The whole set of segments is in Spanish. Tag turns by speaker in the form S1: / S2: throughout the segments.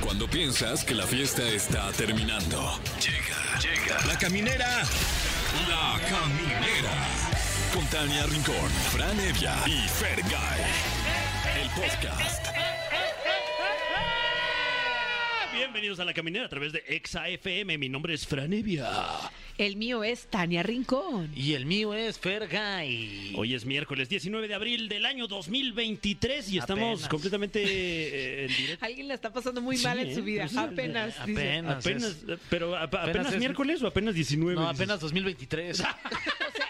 S1: Cuando piensas que la fiesta está terminando. Llega, llega. La caminera. La caminera. Con Tania Rincón, Fran Evia y Fergay. El podcast.
S2: Bienvenidos a La Caminera a través de Exa FM. Mi nombre es Fran Evia.
S3: El mío es Tania Rincón.
S4: Y el mío es Fergay.
S2: Hoy es miércoles 19 de abril del año 2023 y estamos
S4: Apenas.
S2: completamente eh, en directo.
S3: Alguien la está pasando muy
S2: Sí,
S3: mal
S2: ¿eh?
S3: en su vida.
S2: Pues,
S3: apenas.
S4: eh,
S3: dice.
S4: apenas.
S2: Apenas, eh, pero a- apenas,
S4: apenas es-
S2: miércoles o apenas 19.
S4: No,
S2: dices?
S4: apenas 2023.
S3: O sea,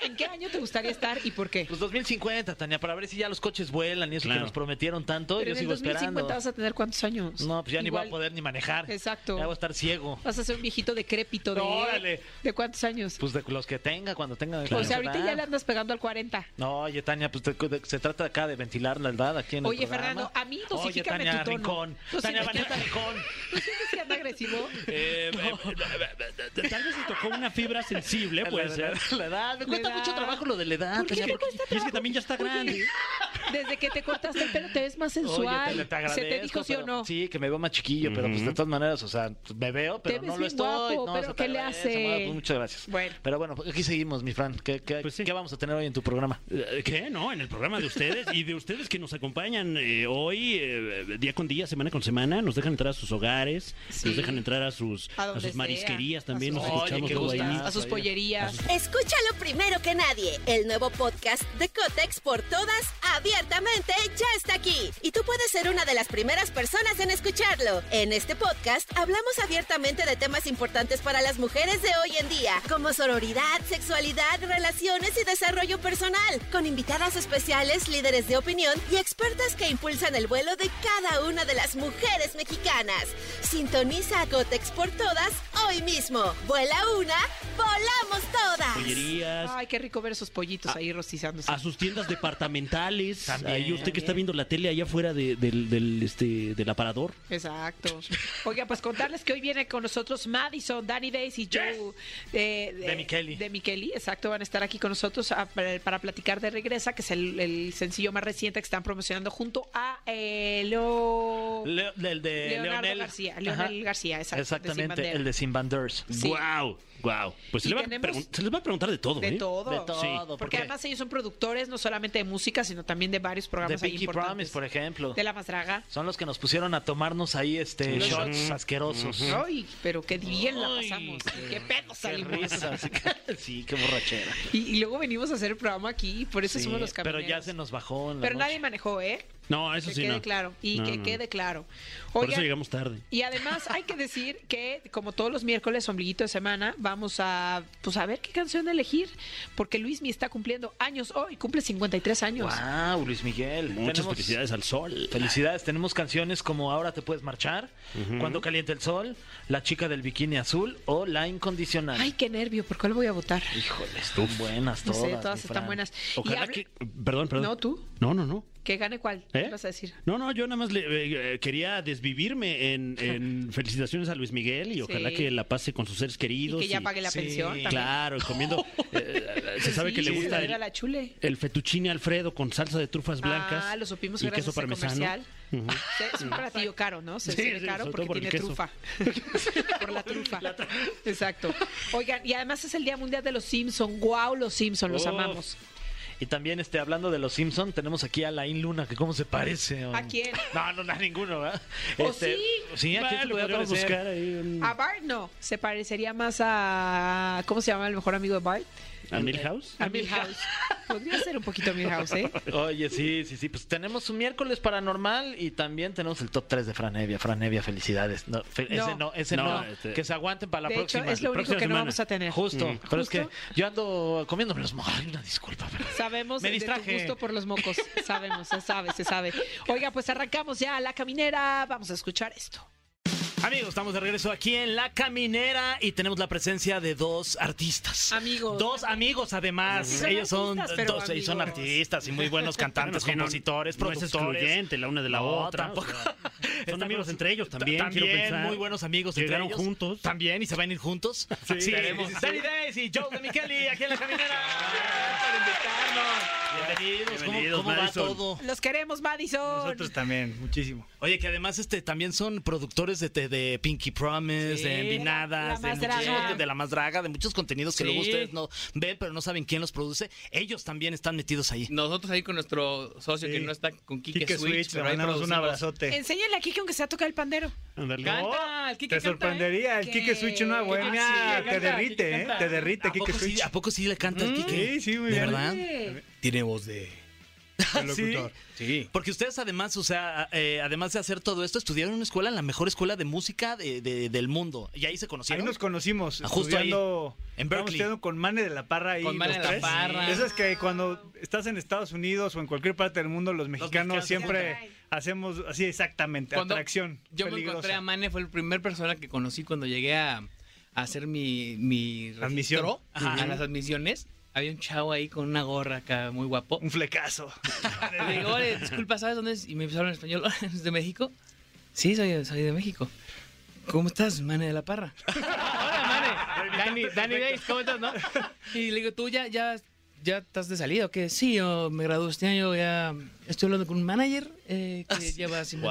S3: ¿en qué año te gustaría estar y por qué?
S4: Pues 2050, Tania, para ver si ya los coches vuelan y eso
S2: Claro.
S4: que nos prometieron tanto.
S3: Pero
S4: yo
S3: en
S4: sigo
S3: el 2050
S4: esperando.
S3: vas a tener cuántos años.
S4: No, pues ya ni voy
S3: Igual
S4: a poder ni manejar.
S3: Exacto.
S4: Ya voy a estar ciego.
S3: Vas a ser un viejito decrépito de.
S4: No, órale.
S3: ¿De cuántos años?
S4: Pues de los que tenga, cuando tenga.
S3: O sea, ahorita
S4: edad.
S3: ya le andas pegando al 40.
S4: No, oye, Tania, pues te- de- se trata acá de ventilar la edad aquí en
S3: Oye,
S4: el programa.
S3: Fernando, a mí
S4: Oye,
S3: dosifícame
S4: Tania
S3: tu tono.
S4: Rincón.
S3: Tú
S4: Tania
S3: sientes que-
S4: Vanessa Rincón.
S3: ¿No sientes que anda agresivo?
S2: Eh, eh, eh, eh, tal vez se tocó una fibra sensible, puede
S4: La-
S2: ser.
S4: La edad. Me cuesta
S3: La
S4: mucho
S3: edad.
S4: trabajo lo de la edad,
S3: ¿Por qué
S4: Tania,
S3: te
S4: porque-
S3: cuesta
S2: Y es que también ya está grande.
S3: Desde que te cortaste el pelo te ves más sensual.
S4: Oye, te, te agradezco,
S3: ¿Se te dijo sí o
S4: pero-
S3: no?
S4: Sí, que me veo más chiquillo, pero pues de
S2: Ujú.
S4: todas maneras, o sea, me veo, pero
S3: ves
S4: no lo
S3: bien
S4: estoy.
S3: guapo,
S4: no,
S3: pero
S4: se te
S3: ¿qué le
S4: agradece,
S3: hace?
S4: amada, pues, muchas gracias.
S3: Bueno.
S4: Pero bueno, aquí seguimos, mi Fran. ¿Qué, qué-
S2: Pues sí.
S4: qué vamos a tener hoy en tu programa?
S2: Eh, ¿Qué? No, en el programa de ustedes y de ustedes que nos acompañan eh, hoy, eh, día con día, semana con semana, nos dejan entrar a sus hogares,
S3: Sí.
S2: nos dejan entrar a sus,
S3: A
S2: a
S3: donde
S2: sus marisquerías
S3: sea, a
S2: también,
S3: sus-
S2: nos
S4: Oye,
S2: escuchamos
S4: qué
S2: luego ahí.
S4: gustazo.
S3: A sus pollerías.
S5: Escúchalo primero que nadie. El nuevo podcast de Cotex por todas, abiertamente, ya está aquí. Y tú puedes ser una de las primeras personas en escucharlo. En este podcast hablamos abiertamente de temas importantes para las mujeres de hoy en día, como sororidad, sexualidad, relaciones y desarrollo personal, con invitadas especiales, líderes de opinión y expertas que impulsan el vuelo de cada una de las mujeres mexicanas. Sintoniza a Cotex por todas hoy mismo. Vuela una, volamos todas.
S2: Pollerías,
S3: Ay, qué rico ver esos
S4: Ah,
S3: pollitos ahí rostizándose.
S2: a sus tiendas departamentales.
S4: También.
S2: ahí usted que está viendo la tele allá afuera de- del, del, este, del aparador.
S3: Exacto. Oiga, pues contarles que hoy viene con nosotros Madison, Danny Days y Joe eh, de,
S4: De Micheli.
S3: De Micheli, exacto. Van a estar aquí con nosotros a- para, para platicar de Regresa, que es el, el sencillo más reciente que están promocionando junto a eh, Lo-
S4: Leo- el de
S3: Leonardo
S4: Leonel.
S3: García. Leonel
S4: Ajá.
S3: García, exacto. de Sin
S4: Exactamente,
S3: Bandera.
S4: el de Sin Banders.
S3: Sí.
S2: ¡Guau! ¡Guau! Pues se,
S3: Y
S2: le va a
S3: tenemos-
S2: pregun- se les va a preguntar de todo,
S3: De
S2: ¿eh?
S3: todo.
S4: De todo,
S2: Sí.
S4: ¿por
S3: Porque
S4: qué?
S3: además ellos son productores no solamente de música, sino también de varios
S4: de
S3: programas ahí
S4: Pinky
S3: importantes.
S4: Promise, por ejemplo.
S3: De La Mazdraga.
S4: Son los que nos pusieron a tomarnos ahí este
S2: Los
S4: shots
S2: shots.
S4: asquerosos.
S3: Ay, pero qué bien la
S4: Ay,
S3: pasamos. Qué pedo
S4: Qué
S3: salimos.
S4: risa. sí, que- Sí, qué borrachera.
S3: Y, y luego venimos a hacer el programa aquí, y por eso
S4: Sí,
S3: somos los
S4: pero
S3: camineros.
S4: ya se nos bajó en la
S3: Pero
S4: noche.
S3: nadie manejó, ¿eh?
S2: No, eso
S3: Que
S2: sí,
S3: quede
S2: no.
S3: claro. Y
S2: No,
S3: que
S2: no.
S3: quede claro.
S2: Por eso
S3: Oigan,
S2: llegamos tarde.
S3: y además hay que decir que, como todos los miércoles, ombliguito de semana, vamos a, pues, a ver qué canción elegir. Porque Luismi está cumpliendo años hoy, cumple 53 años.
S4: Wow, Luis Miguel.
S2: Muchas
S4: Tenemos-
S2: felicidades al sol.
S4: Felicidades, tenemos canciones como Ahora te puedes marchar, Cuando calienta el sol, La chica del bikini azul o La incondicional.
S3: Ay, qué nervio, ¿por cuál voy a votar?
S4: Híjole, están buenas
S3: No
S4: todas.
S3: sé,
S4: mi
S3: todas están
S4: Fran.
S3: buenas. y
S2: Ojalá
S3: hable-
S2: que... Perdón, perdón.
S3: No, tú.
S2: No, no, no.
S3: que gane cuál,
S2: ¿Eh?
S3: ¿qué vas a decir?
S2: No, no, yo nada más le, eh, quería desvivirme en, en felicitaciones a Luis Miguel y ojalá
S3: Sí.
S2: que la pase con sus seres
S3: Y
S2: queridos.
S3: que ya pague la
S4: sí,
S3: pensión también.
S2: Claro, y comiendo. eh, se sabe
S3: Sí,
S2: que le
S3: se
S2: gusta
S3: la debe a
S2: el,
S3: la chule.
S2: el fettuccine Alfredo con salsa de trufas blancas.
S3: Ah, lo supimos
S2: y
S3: gracias
S2: queso
S3: a ese
S2: parmesano.
S3: comercial.
S2: Ujú.
S3: Sí, Es un platillo caro, ¿no? Se
S2: Sí,
S3: sirve
S2: sí,
S3: caro
S2: sobre todo
S3: porque
S2: por el
S3: tiene
S2: queso.
S3: trufa. por la trufa. Exacto. Oigan, y además es el Día Mundial de los Simpson. ¡Guau, los Simpson! Los
S2: Oh,
S4: Uf.
S3: amamos.
S4: Y también este, hablando de los Simpson, tenemos aquí a Lain Luna, que cómo se parece. hombre.
S3: ¿A quién?
S4: No, no, no a ninguno, ¿verdad? Este,
S3: ¿O sí?
S4: sí, ¿a quién
S2: Bueno,
S4: se puede
S2: podríamos
S4: parecer?
S3: Ah,
S2: buscar ahí un-
S3: A Bart no. Se parecería más a... ¿Cómo se llama el mejor amigo de Bart?
S2: ¿A Milhouse?
S6: A Milhouse. Podría ser un poquito Milhouse, ¿eh?
S4: Oye, sí, sí, sí. Pues tenemos un miércoles paranormal y también tenemos el top 3 de Franevia. Franevia, felicidades. No, fe-
S6: No.
S4: Ese no, ese no.
S2: No, este-
S4: Que se aguanten para la
S6: De hecho,
S4: próxima.
S6: es lo único
S2: próxima
S6: que no
S2: semana.
S6: vamos a tener.
S4: Justo.
S2: Mm.
S4: Pero es que
S6: Justo.
S4: yo ando comiéndome los mojos. Ay, una disculpa. pero-
S6: Sabemos
S4: Me
S6: de tu
S4: distraje.
S6: gusto por los mocos. Sabemos, se sabe, se sabe. Oiga, pues arrancamos ya a la caminera. Vamos a escuchar esto.
S4: Amigos, estamos de regreso aquí en La Caminera y tenemos la presencia de dos artistas.
S6: Amigos.
S4: Dos amigos,
S6: Y
S4: además.
S6: son
S4: Ellos son
S6: artistas, pero
S4: dos, y son
S6: amigos.
S4: artistas y muy buenos cantantes,
S2: Bueno, es que no-
S4: compositores,
S2: no es
S4: productores.
S2: excluyente la una de la
S4: No,
S2: otra,
S4: tampoco.
S2: o sea, son
S4: Están
S2: amigos
S4: con-
S2: entre ellos también,
S4: También,
S2: quiero pensar.
S4: muy buenos amigos entre
S2: Llegaron
S4: ellos.
S2: juntos.
S4: También, y se van a ir juntos. Sí,
S2: Esperemos.
S4: Danny Days y Joe de Micheli aquí en La Caminera. Gracias por invitarnos. Bienvenidos. ¿Cómo-
S2: Bienvenidos,
S4: ¿Cómo, va
S2: Madison.
S4: todo?
S6: Los queremos, Madison.
S7: Nosotros también, muchísimo.
S4: Oye, que además este también son productores de, de, de Pinky Promise,
S6: Sí.
S4: de Envinadas,
S6: La
S4: de,
S6: Más
S4: muchos
S6: Draga.
S4: contenidos, de La Más Draga, de muchos contenidos que
S7: Sí.
S4: luego ustedes no ven, pero no saben quién los produce. Ellos también están metidos ahí.
S7: Nosotros ahí con nuestro socio
S8: Sí.
S7: que no está con Kike,
S8: Kike Switch,
S7: Switch.
S8: le
S7: pero ahí
S8: mandamos un
S7: producimos.
S8: abrazote.
S6: Enséñale aquí que aunque sea tocar el pandero.
S2: Ándale.
S7: Canta, el Kike
S8: Te
S7: canta, ¿eh?
S8: sorprendería, el
S6: ¿Qué?
S8: Kike Switch en una
S6: Ah,
S8: bohemia,
S7: sí,
S8: te
S7: canta, Kike
S8: derrite, ¿eh?
S7: canta.
S8: Te derrite,
S4: ¿A poco,
S8: Kike
S4: sí,
S8: Switch.
S4: ¿A poco sí le canta
S7: Mm.
S4: el Kike?
S8: Sí, sí, muy
S4: ¿De
S8: bien.
S4: verdad?
S7: Tiene voz de...
S8: El locutor.
S7: Sí.
S4: Porque ustedes además, o sea, eh, además de hacer todo esto, estudiaron en una escuela, en la mejor escuela de música de- de- del mundo. Y ahí se
S8: Ahí
S4: conocieron.
S8: nos conocimos,
S4: Ah, justo
S8: estudiando,
S4: en
S8: estábamos
S4: Berkeley.
S8: estudiando con Mane de la Parra ahí
S7: Con Mane
S8: los
S7: de la
S8: tres.
S7: Parra.
S8: Esas que cuando estás en Estados Unidos o en cualquier parte del mundo, los mexicanos,
S4: mexicanos
S8: siempre
S6: siempre.
S8: hacemos así exactamente,
S7: Cuando
S8: atracción
S7: Yo me
S8: peligrosa.
S7: encontré a Mane, fue la primera persona que conocí cuando llegué a, a hacer mi, mi
S8: Admisión.
S7: registro a las admisiones. Había un chavo ahí con una gorra acá, muy guapo.
S8: Un flecazo.
S7: Le digo, "Oye, disculpa, ¿sabes dónde es? Y me empezaron en español, ¿es de México? Sí, soy, soy de México. ¿Cómo estás, Mane de la Parra? Hola, Mane. Dani, Dani Days, ¿cómo estás, no? Y le digo, ¿tú ya, ya, ya estás de salida o qué? Sí, yo me gradué este año, ya estoy hablando con un manager eh, que lleva sin
S4: Wow.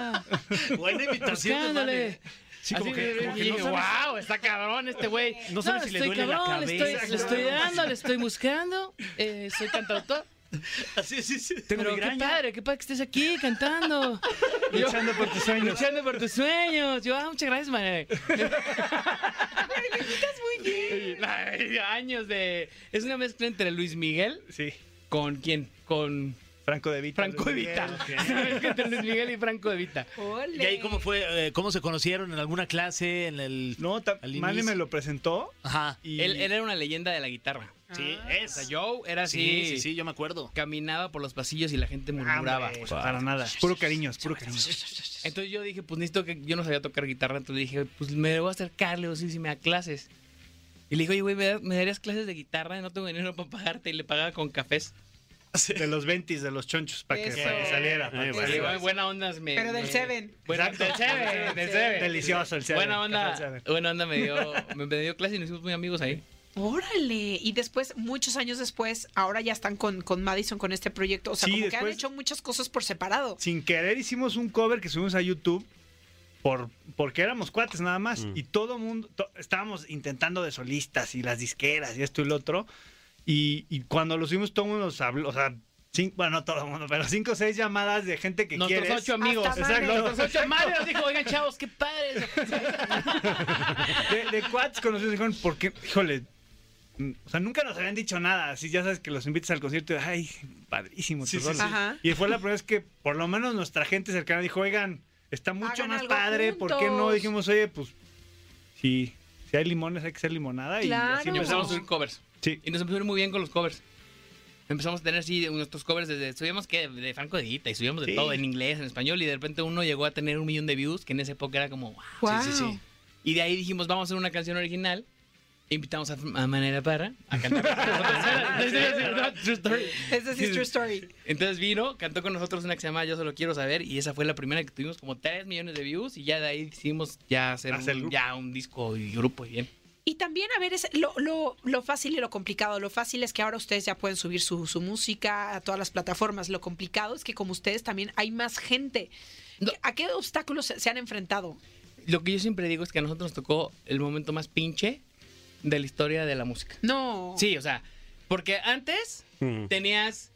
S4: Ah, Buena invitación. de Mane.
S7: buscándole.
S4: Sí, como
S7: Así
S4: que- como que
S7: y
S4: no
S7: dije,
S4: sabes-
S7: wow, está cabrón este güey.
S4: No sabes si le
S7: estoy
S4: duele la
S7: cabrón, le estoy-
S4: cabeza,
S7: Le estoy,
S4: claro.
S7: dando, le estoy buscando, eh, soy cantautor.
S2: Oh,
S4: Así, sí, sí.
S7: Pero qué padre, qué padre que estés aquí cantando. Yo-
S8: Luchando por tus sueños.
S7: Luchando por tus sueños. Yo, ah, muchas gracias, Mané. muy bien. Años de. Es una mezcla entre Luis Miguel
S8: Sí,
S7: con quién? Con
S8: Franco de Vita.
S7: Franco Evita. Es una mezcla entre Luis Miguel y Franco Evita.
S6: Ole.
S4: ¿Y ahí cómo fue? eh, ¿Cómo se conocieron? ¿En alguna clase? ¿En el...?
S8: No, ta-
S4: Al
S8: Mane
S4: inicio.
S8: me lo presentó
S4: Ajá.
S8: y...
S7: Él, él era una leyenda de la guitarra.
S4: Sí,
S7: O
S4: esa.
S7: sea, Joe era así.
S4: Sí, sí, sí, yo me acuerdo.
S7: Caminaba por los pasillos y la gente
S8: Ah, hombre,
S7: murmuraba.
S8: para nada. Puro cariño, es puro cariño.
S7: Entonces yo dije, pues necesito que yo no sabía tocar guitarra, entonces dije, pues me debo acercar, le digo, sí, sí, me da clases. Y le dije, oye, güey, ¿me, da- me darías clases de guitarra? No tengo dinero para pagarte y le pagaba con cafés.
S8: De los ventis, de los chonchos, para que,
S6: Eso.
S8: para que saliera. para
S2: Eh,
S8: que
S2: bueno.
S7: Le digo,
S8: saliera.
S7: "Ay, buena onda. Me,
S6: Pero del
S7: me-
S6: Seven.
S7: Buena, del Seven, del Seven.
S8: Delicioso el seven.
S7: Buena
S8: café del
S7: onda,
S8: seven.
S7: buena onda me dio, me, me dio clases y nos hicimos muy amigos ahí.
S6: Órale. Y después, muchos años después, ahora ya están con, con Madison con este proyecto. O sea,
S8: Sí,
S6: como que han
S8: después-
S6: hecho muchas cosas por separado.
S8: Sin querer hicimos un cover que subimos a YouTube por, porque éramos cuates nada más.
S2: Mm.
S8: Y todo mundo, to- estábamos intentando de solistas y las disqueras y esto y lo otro. Y, y cuando lo subimos todo el mundo nos habló, o sea, cinco, bueno, no todo el mundo, pero cinco o seis llamadas de gente que
S7: Nosotros
S8: quieres.
S7: ocho amigos.
S6: Hasta
S8: Exacto.
S6: Mane.
S7: Los Pues ocho Mario nos dijo, oigan, chavos, qué padre. eso".
S8: De, de cuates conocidos dijeron, ¿por qué? Híjole. mm, O sea, nunca nos habían dicho nada. Así ya sabes que los invitas al concierto y, ay, padrísimo.
S4: Sí,
S8: tus
S4: sí,
S8: rolas".
S4: sí.
S6: Ajá.
S8: Y fue la primera vez que por lo menos nuestra gente cercana dijo, oigan, está mucho
S6: Hagan
S8: más
S6: algo
S8: padre, ¿por qué no?
S6: juntos.
S8: Dijimos, oye, pues, sí, si hay limones hay que ser limonada.
S6: Claro.
S8: Y así
S7: Y empezamos a
S8: empezamos.
S7: subir covers.
S8: Sí.
S7: Y nos empezó a ir muy bien con los covers. Empezamos a tener, sí, nuestros covers desde. Subíamos que de Franco de Guita y subíamos de
S8: Sí.
S7: todo en inglés, en español. Y de repente uno llegó a tener un millón de views, que en esa época era como. "Wow".
S4: Sí, sí, sí.
S7: Y de ahí dijimos, vamos a hacer una canción original. Invitamos a, a Manera Para a cantar. True story.
S6: Esa sí es true story.
S7: Entonces vino, cantó con nosotros una que se llama Yo Solo Quiero Saber. Y esa fue la primera que tuvimos como 3 millones de views. Y ya de ahí decidimos ya hacer
S8: Hacer
S7: un,
S8: grupo.
S7: ya un disco y grupo. Y bien.
S6: Y también, a ver, es lo, lo, lo fácil y lo complicado. Lo fácil es que ahora ustedes ya pueden subir su, su música a todas las plataformas. Lo complicado es que como ustedes también hay más gente.
S7: No.
S6: ¿A qué obstáculos se, se han enfrentado?
S7: Lo que yo siempre digo es que a nosotros nos tocó el momento más pinche de la historia de la música.
S6: No.
S7: Sí, o sea, porque antes
S2: Ujú.
S7: tenías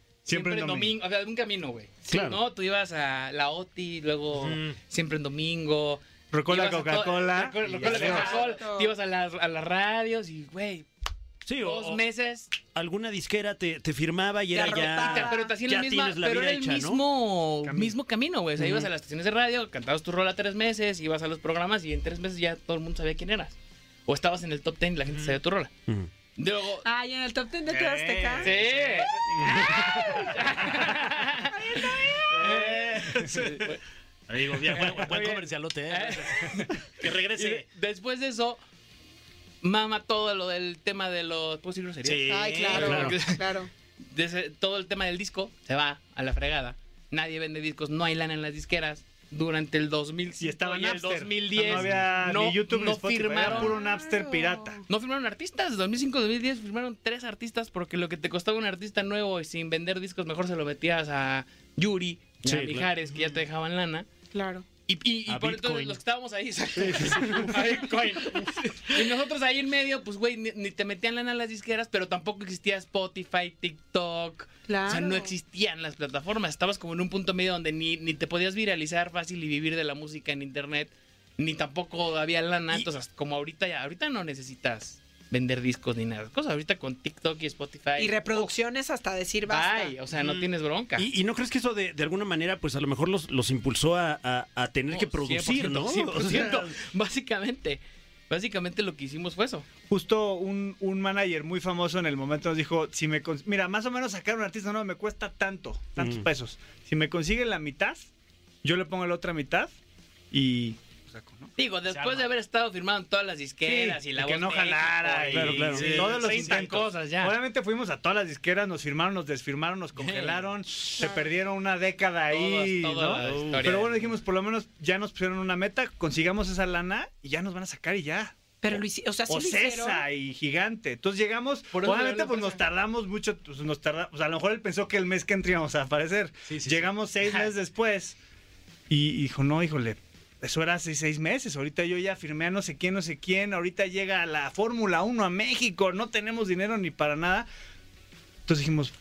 S8: Siempre
S7: siempre, en
S8: en
S7: domingo, o sea, un camino, güey. Sí,
S2: Claro.
S7: ¿no? Tú ibas a la OTI, luego siempre en domingo.
S8: Rocola,
S7: ibas a to-
S8: Coca-Cola.
S7: Rocola, Coca-Cola,
S8: Y ya.
S7: Coca-Cola, te ibas a las, a las radios y, güey,
S2: Sí, o-
S7: dos
S2: o-
S7: meses.
S2: alguna disquera te, te firmaba y
S7: te
S2: era
S7: arropaba,
S2: ya.
S7: pero te hacían
S2: ya
S7: la misma-
S2: tienes la
S7: pero
S2: vida
S7: era el
S2: hecha, ¿no?
S7: mismo,
S8: Camino.
S7: mismo camino, güey. O sea, ibas a las estaciones de radio, cantabas tu rola tres meses, ibas a los programas y en tres meses ya todo el mundo sabía quién eras. O estabas en el top ten y la gente sabía tu rola.
S2: Ujú.
S7: Luego.
S3: Ah,
S6: Ay, en el top 10 de Quedaste Azteca.
S7: Sí.
S4: Amigo, bien, buen, buen comercialote, ¿eh? Que
S7: Y de-
S4: regrese.
S7: después de eso, mama todo lo del tema de los. ¿Puedo decir groserías?
S4: Sí.
S6: Ay, claro,
S2: Claro.
S6: claro.
S7: de ese- todo el tema del disco se va a la fregada. Nadie vende discos, no hay lana en las disqueras. Durante el 2005
S8: Y estaba
S7: el
S8: Napster.
S7: 2010
S8: No había
S7: no-
S8: ni YouTube ni
S7: no
S8: Spotify, Era
S7: firmaron,
S8: puro Napster pirata.
S7: no firmaron artistas. De 2005 2010 firmaron tres artistas porque lo que te costaba un artista nuevo y sin vender discos, mejor se lo metías a Yuri, y
S2: Sí,
S7: a
S2: claro.
S7: Mijares, que ya te dejaban lana.
S6: Claro.
S7: Y, y, y
S2: A
S7: por entonces
S2: Bitcoin.
S7: los que estábamos ahí, a Bitcoin. Y nosotros ahí en medio, pues güey, ni, ni te metían lana a las disqueras, pero tampoco existía Spotify, TikTok.
S6: Claro.
S7: O sea, no existían las plataformas. Estabas como en un punto medio donde ni, ni te podías viralizar fácil y vivir de la música en internet, ni tampoco había lana.
S4: Y-
S7: Entonces, como ahorita ya, ahorita no necesitas vender discos ni nada. Cosas ahorita con TikTok y Spotify.
S6: Y reproducciones hasta decir basta.
S7: Bye, o sea, no tienes bronca.
S2: ¿Y, y no crees que eso de, de alguna manera, pues a lo mejor los, los impulsó a, a- a tener
S7: No,
S2: que producir,
S7: 100%,
S2: ¿no?
S7: 100%. Básicamente, básicamente lo que hicimos fue eso.
S8: Justo un, un manager muy famoso en el momento nos dijo, si me cons- mira, más o menos sacar un artista no me cuesta tanto, tantos
S2: Mm.
S8: pesos. Si me consiguen la mitad, yo le pongo la otra mitad y
S7: Digo, después de haber estado firmado en todas las disqueras
S8: Sí,
S7: y la
S8: que
S7: Voz
S8: no
S7: México
S8: jalara
S7: y-
S8: y- Claro, claro.
S7: sí,
S8: Todos los
S7: 30
S8: intentos.
S7: cosas ya.
S8: Obviamente fuimos a todas las disqueras, nos firmaron, nos desfirmaron, nos congelaron, se perdieron una década ahí,
S7: Todas- toda la
S8: ¿no?
S7: historia.
S8: Pero bueno, dijimos, por lo menos ya nos pusieron una meta, consigamos esa lana y ya nos van a sacar y ya.
S6: Pero lo hici- o sea, sí
S8: O
S6: lo hicieron.
S8: Cesa y Gigante. Entonces llegamos,
S7: Por eso
S8: obviamente
S7: le
S8: pues
S7: hablo,
S8: nos
S7: pasa.
S8: tardamos mucho, pues, nos tarda, o sea, a lo mejor él pensó que el mes que entríamos a aparecer. llegamos seis meses después y dijo, no, híjole, eso era hace seis meses, ahorita yo ya firmé a no sé quién, no sé quién, ahorita llega la Fórmula 1 a México, no tenemos dinero ni para nada. Entonces dijimos,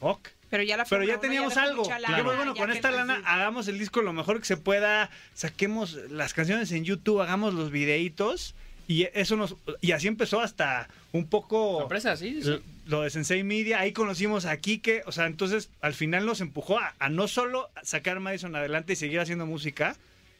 S8: ok.
S6: Pero ya la
S8: Pero
S6: Fórmula
S8: ya
S6: Uno
S8: teníamos
S6: dejó
S8: algo.
S6: mucha lana,
S8: Dijimos, bueno,
S6: ya
S8: con
S6: que-
S8: esta lana ah. hagamos el disco lo mejor que se pueda, saquemos las canciones en YouTube, hagamos los videitos y eso nos y así empezó hasta un poco
S7: Sorpresa, sí. sí.
S8: lo de Sensei Media, ahí conocimos a Kike, o sea, entonces al final nos empujó a, a no solo sacar Madison adelante y seguir haciendo música,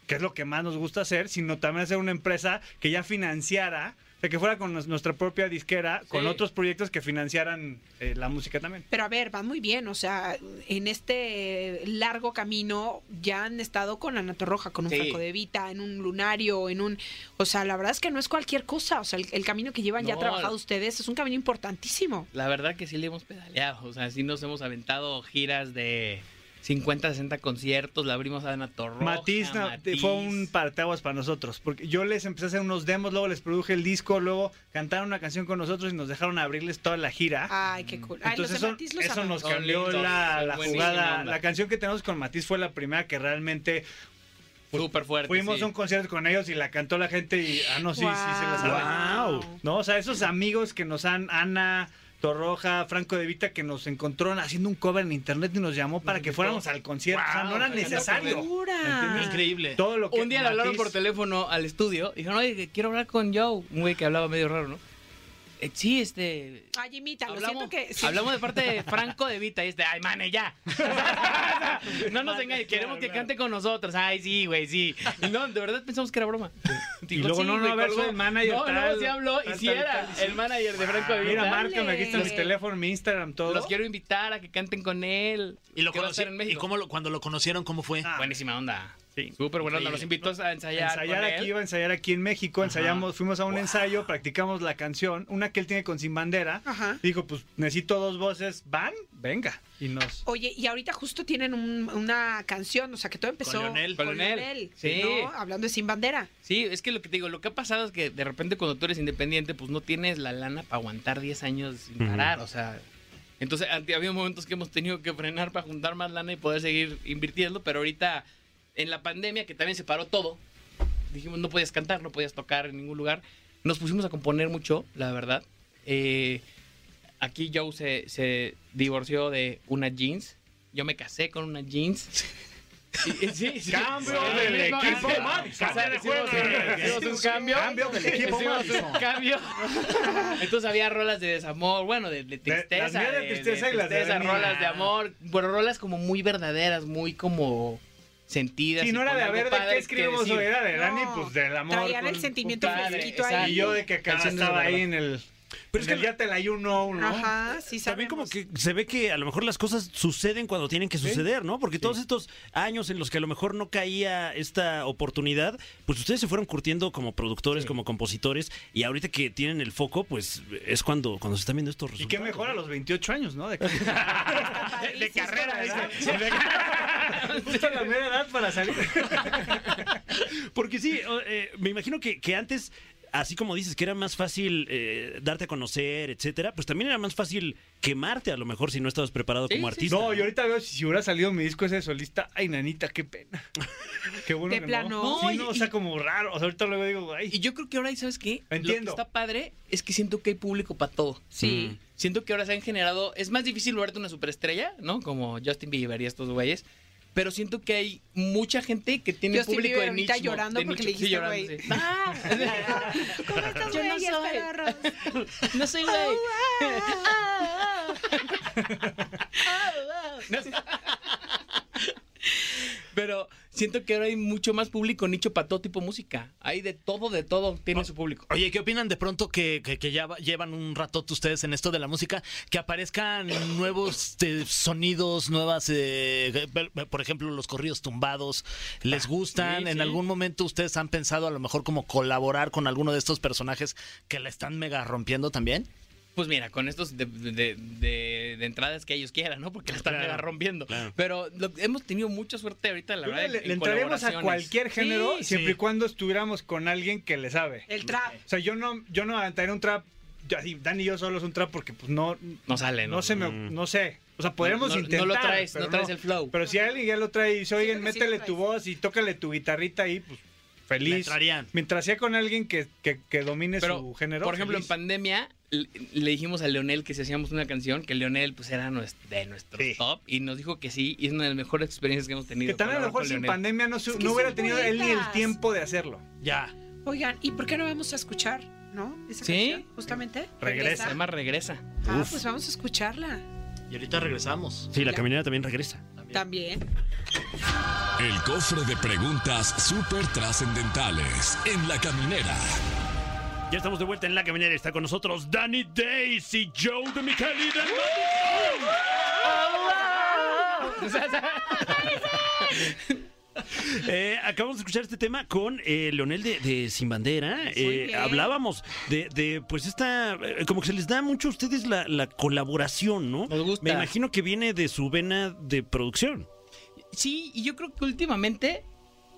S8: que es lo que más nos gusta hacer, sino también hacer una empresa que ya financiara, o sea, que fuera con nos- nuestra propia disquera, con
S7: Sí.
S8: otros proyectos que financiaran eh, la música también.
S6: Pero a ver, va muy bien, o sea, en este largo camino ya han estado con la Nata Roja, con un
S7: Sí.
S6: Franco de Vita, en un Lunario, en un... O sea, la verdad es que no es cualquier cosa, o sea, el, el camino que llevan ya
S7: No.
S6: trabajado ustedes es un camino importantísimo.
S7: La verdad que sí le hemos pedaleado. O sea, sí nos hemos aventado giras de 50, 60 conciertos. La abrimos a Ana Torroja.
S8: Matiz, no, te- fue un parteaguas para nosotros, porque yo les empecé a hacer unos demos, luego les produje el disco, luego cantaron una canción con nosotros y nos dejaron abrirles toda la gira.
S6: Ah, Ay, qué cool. Ay,
S8: Mm. Entonces
S6: los de
S8: eso,
S6: Matiz los
S8: eso
S6: amamos.
S8: nos cambió
S7: Son lindos,
S8: la,
S7: son
S8: la
S7: buenísima
S8: jugada.
S7: onda.
S8: La canción que tenemos con Matiz fue la primera que realmente
S7: Súper fuerte.
S8: fuimos
S7: sí.
S8: a un concierto con ellos y la cantó la gente y ah no sí sí se la saben.
S6: Guau.
S8: No, o sea, esos amigos que nos han Ana Torroja, Franco De Vita que nos encontró haciendo un cover en internet y nos llamó para que fuéramos al concierto. o sea, no era
S7: Wow, qué
S8: necesario.
S6: locura.
S4: Increíble.
S8: Todo lo que
S7: Un día le hablaron
S8: Matiz-
S7: por teléfono al estudio. Dijeron, oye, que quiero hablar con Joe. Un güey que hablaba medio raro, ¿no? Eh, sí, este.
S6: Ay, Jimita, lo
S7: Hablamos,
S6: siento que... sí.
S7: hablamos de parte de Franco de Vita y este, ay, mane, ya. no nos engañes, queremos que cante con nosotros. Ay, sí, güey, sí. Y No, de verdad pensamos que era broma. Digo,
S8: luego, no, no,
S7: güey,
S8: a ver,
S7: colgó.
S8: soy el manager,
S7: No,
S8: tal,
S7: no, sí habló y
S8: tal,
S7: sí
S8: tal,
S7: era
S8: tal,
S7: el manager de Franco de
S8: Mira,
S7: Vita.
S8: márcame, aquí está mi
S6: Los-
S8: teléfono, mi Instagram, todo.
S7: Los quiero invitar a que canten con él.
S4: Y lo
S7: que va a estar
S4: conocí-
S7: en
S4: ¿Y
S7: México.
S4: cómo lo- cuando lo conocieron, cómo fue?
S8: Ah,
S7: Buenísima onda.
S8: Sí.
S7: Súper buena onda. Los
S4: Increíble.
S7: invitó a ensayar.
S8: ensayar
S7: con
S8: aquí,
S7: él.
S8: iba a ensayar aquí en México, ensayamos, fuimos a un
S4: Wow.
S8: ensayo, practicamos la canción, una que él tiene con Sin Bandera.
S6: Ajá.
S8: Dijo, pues necesito dos voces, van, venga. Y nos...
S6: Oye, y ahorita justo tienen un- una canción, o sea, que todo empezó
S4: Con Leonel.
S6: con
S7: Con Leonel.
S6: Leonel,
S7: Sí.
S6: ¿no? Hablando de Sin Bandera.
S7: Sí, es que lo que te digo, lo que ha pasado es que de repente cuando tú eres independiente, pues no tienes la lana para aguantar 10 años sin
S2: Ujú.
S7: parar, o sea... Entonces, ante- había momentos que hemos tenido que frenar para juntar más lana y poder seguir invirtiendo, pero ahorita, en la pandemia, que también se paró todo, dijimos, no podías cantar, no podías tocar en ningún lugar, nos pusimos a componer mucho, la verdad. Eh, aquí Joe se, se divorció de una jeans, yo me casé con una jeans, Y- y- sí, sí.
S8: Cambio
S7: Sí,
S8: del
S7: mismo-
S8: equipo
S7: sí.
S8: Madison.
S7: O sea,
S8: Cambio de
S7: hicimos
S8: juego.
S7: un- hicimos un cambio.
S8: Cambio del equipo
S7: Hicimos un
S8: Madison.
S7: cambio. Entonces había rolas de desamor, bueno, de, de
S8: las
S7: tristeza.
S8: mías de tristeza y las de
S7: tristeza,
S8: Avenida.
S7: rolas de amor. Bueno, rolas como muy verdaderas, muy como sentidas.
S8: Si no
S7: y
S8: era
S7: con
S8: de
S7: algo
S8: haber de
S7: padre
S8: qué
S7: que
S8: escribimos
S7: decir.
S8: hoy, era de
S6: No,
S8: Dani, pues del amor.
S6: traían el
S8: con-
S6: sentimiento
S8: con padre.
S7: fresquito ahí.
S8: Y yo de que acá
S7: Canciones
S8: estaba
S7: de
S8: ahí
S7: verdad.
S8: en el.
S2: Pero es
S8: en
S2: que
S8: el ya te la you know, ¿no?
S6: Ajá, sí sabemos.
S2: También como que se ve que a lo mejor las cosas suceden cuando tienen que suceder, ¿no? Porque todos estos años en los que a lo mejor no caía esta oportunidad, pues ustedes se fueron curtiendo como productores, como compositores, y ahorita que tienen el foco, pues es cuando, cuando se están viendo estos
S8: Y
S2: resultados.
S8: qué mejor a los 28 años, ¿no? De, de carrera, dice. Justo la media edad para salir.
S2: Porque sí, o- eh, me imagino que, que antes, así como dices que era más fácil eh, darte a conocer, etcétera, pues también era más fácil quemarte a lo mejor si no estabas preparado
S7: Sí,
S2: como
S7: sí,
S2: artista.
S8: No, y ahorita veo si, si hubiera salido mi disco ese de solista. Ay, nanita, qué pena. Qué bueno.
S6: De
S8: que
S6: plano.
S8: No.
S7: No,
S8: Sí,
S7: y-
S8: no, o sea, como raro. O sea, ahorita luego digo, ay.
S7: Y yo creo que ahora, ¿y ¿sabes qué? Lo
S8: Entiendo.
S7: que está padre es que siento que hay público para todo.
S2: Mm.
S6: Sí.
S7: Siento que ahora se han generado. Es más difícil lograrte una superestrella, ¿no? Como Justin Bieber y estos güeyes. Pero siento que hay mucha gente que tiene
S6: Justin
S7: público
S6: Bieber
S7: de nicho.
S6: ahorita llorando
S7: de
S6: porque le
S7: nicho. Sí,
S6: dijiste,
S7: llorando,
S6: güey.
S7: sí.
S6: Ah, ¿Cómo estás,
S7: Yo no
S6: güeyes
S7: soy.
S6: pedorros?
S7: No soy güey.
S6: Oh,
S5: Ah, ah.
S7: No sé. Pero siento que ahora hay mucho más público nicho para todo tipo de música. Hay de todo, de todo tiene su público.
S4: Oye, ¿qué opinan de pronto que, que- que ya va- llevan un ratote ustedes en esto de la música? Que aparezcan nuevos este, sonidos, nuevas, eh, por ejemplo, los corridos tumbados. ¿Les gustan?
S7: Ah, sí,
S4: ¿En
S7: sí.
S4: algún momento ustedes han pensado a lo mejor como colaborar con alguno de estos personajes que la están mega rompiendo también?
S7: Pues mira, con estos de, de- de- de entradas que ellos quieran, ¿no? Porque la están mega rompiendo. Pero lo- hemos tenido mucha suerte ahorita, la
S8: Yo
S7: verdad.
S8: creo que le,
S7: en
S8: le entraremos a
S7: colaboraciones.
S8: cualquier género
S7: Sí,
S8: siempre
S7: sí.
S8: y cuando estuviéramos con alguien que le sabe.
S6: El trap.
S8: O sea, yo no, yo no aventaría un trap. yo así, Dani y yo solos un trap porque pues no,
S7: No sale,
S8: no,
S7: ¿no?
S8: se me, no sé. O sea, podríamos
S7: No- no-
S8: intentar.
S7: No lo traes,
S8: pero
S7: no traes el flow.
S8: Pero si alguien ya lo trae y dice, oigan,
S6: que sí
S8: métele
S6: lo
S8: tu voz y tócale tu guitarrita ahí, pues
S4: Le
S8: feliz.
S4: entrarían.
S8: Mientras sea con alguien que, que, que domine su género.
S7: Por ejemplo,
S8: feliz.
S7: en pandemia le, le dijimos a Leonel que si hacíamos una canción, que Leonel pues era nues- de nuestro
S8: Sí.
S7: top y nos dijo que sí y es una de las mejores experiencias que hemos tenido.
S8: Que también a lo
S7: colaborar con
S8: mejor sin
S7: Leonel.
S8: pandemia no, se-
S6: Es que
S8: no hubiera
S6: son
S8: tenido él ni el
S6: poetas.
S8: tiempo de hacerlo.
S4: Ya.
S6: Oigan, ¿y por qué no vamos a escuchar, no? Esa
S7: Sí.
S6: canción, justamente.
S8: Regresa.
S7: Se llama Regresa.
S6: Ah, pues vamos a escucharla.
S4: Y ahorita regresamos.
S2: Sí, la caminera también regresa.
S6: También.
S1: El cofre de preguntas súper trascendentales en la caminera.
S2: Ya estamos de vuelta en la caminera. Está con nosotros Danny Days y Joe de Micali del Eh, acabamos de escuchar este tema con eh, Leonel de, de Sin Bandera. Eh,
S6: bien.
S2: hablábamos de, de, pues esta, eh, como que se les da mucho a ustedes la, la colaboración, ¿no?
S7: Nos gusta.
S2: Me imagino que viene de su vena de producción.
S7: Sí, y yo creo que últimamente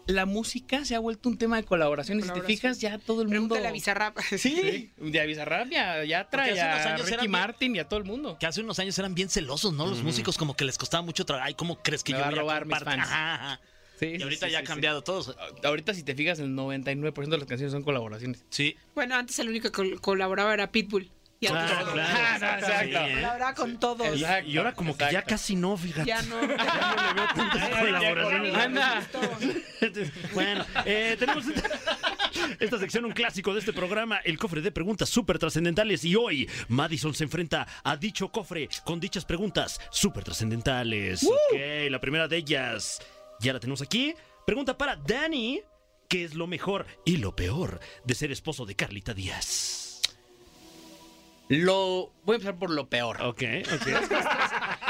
S7: la música se ha vuelto un tema de colaboración. Y si te
S6: Colaboración.
S7: fijas, ya todo el mundo.
S6: Pregúntale a Bizarrap.
S7: Sí, de Avisarrap ya, ya trae
S4: Porque hace unos
S7: a
S4: años
S7: Ricky
S4: eran bien-
S7: Martin y a todo el mundo.
S4: Que hace unos años eran bien celosos, ¿no? Los músicos como que les costaba mucho trabajo. Ay, ¿cómo crees que
S7: Me
S4: yo
S7: va a
S4: voy
S7: robar mis
S4: compartir?
S7: fans.
S4: Ajá, ajá. Y ahorita ya ha cambiado todo.
S7: Ahorita si te fijas, el 99% de las canciones son colaboraciones.
S4: Sí.
S6: Bueno, antes el único que col- colaboraba era Pitbull. Y ahora
S2: Ah, claro.
S7: Ah, no, exacto.
S2: Sí, ¿eh?
S6: colaboraba con todos.
S7: Exacto,
S2: Y ahora como que ya
S7: exacto.
S2: casi no, fíjate.
S6: Ya no.
S2: Tantas colaboraciones.
S7: Anda.
S2: bueno, eh, tenemos esta, esta sección, un clásico de este programa, el cofre de preguntas súper trascendentales. Y hoy Madison se enfrenta a dicho cofre con dichas preguntas súper trascendentales. Ok, la primera de ellas ya la tenemos aquí. Pregunta para Dani: ¿Qué es lo mejor y lo peor de ser esposo de Carlita Díaz?
S7: Lo voy a empezar por lo peor.
S2: Ok, ok.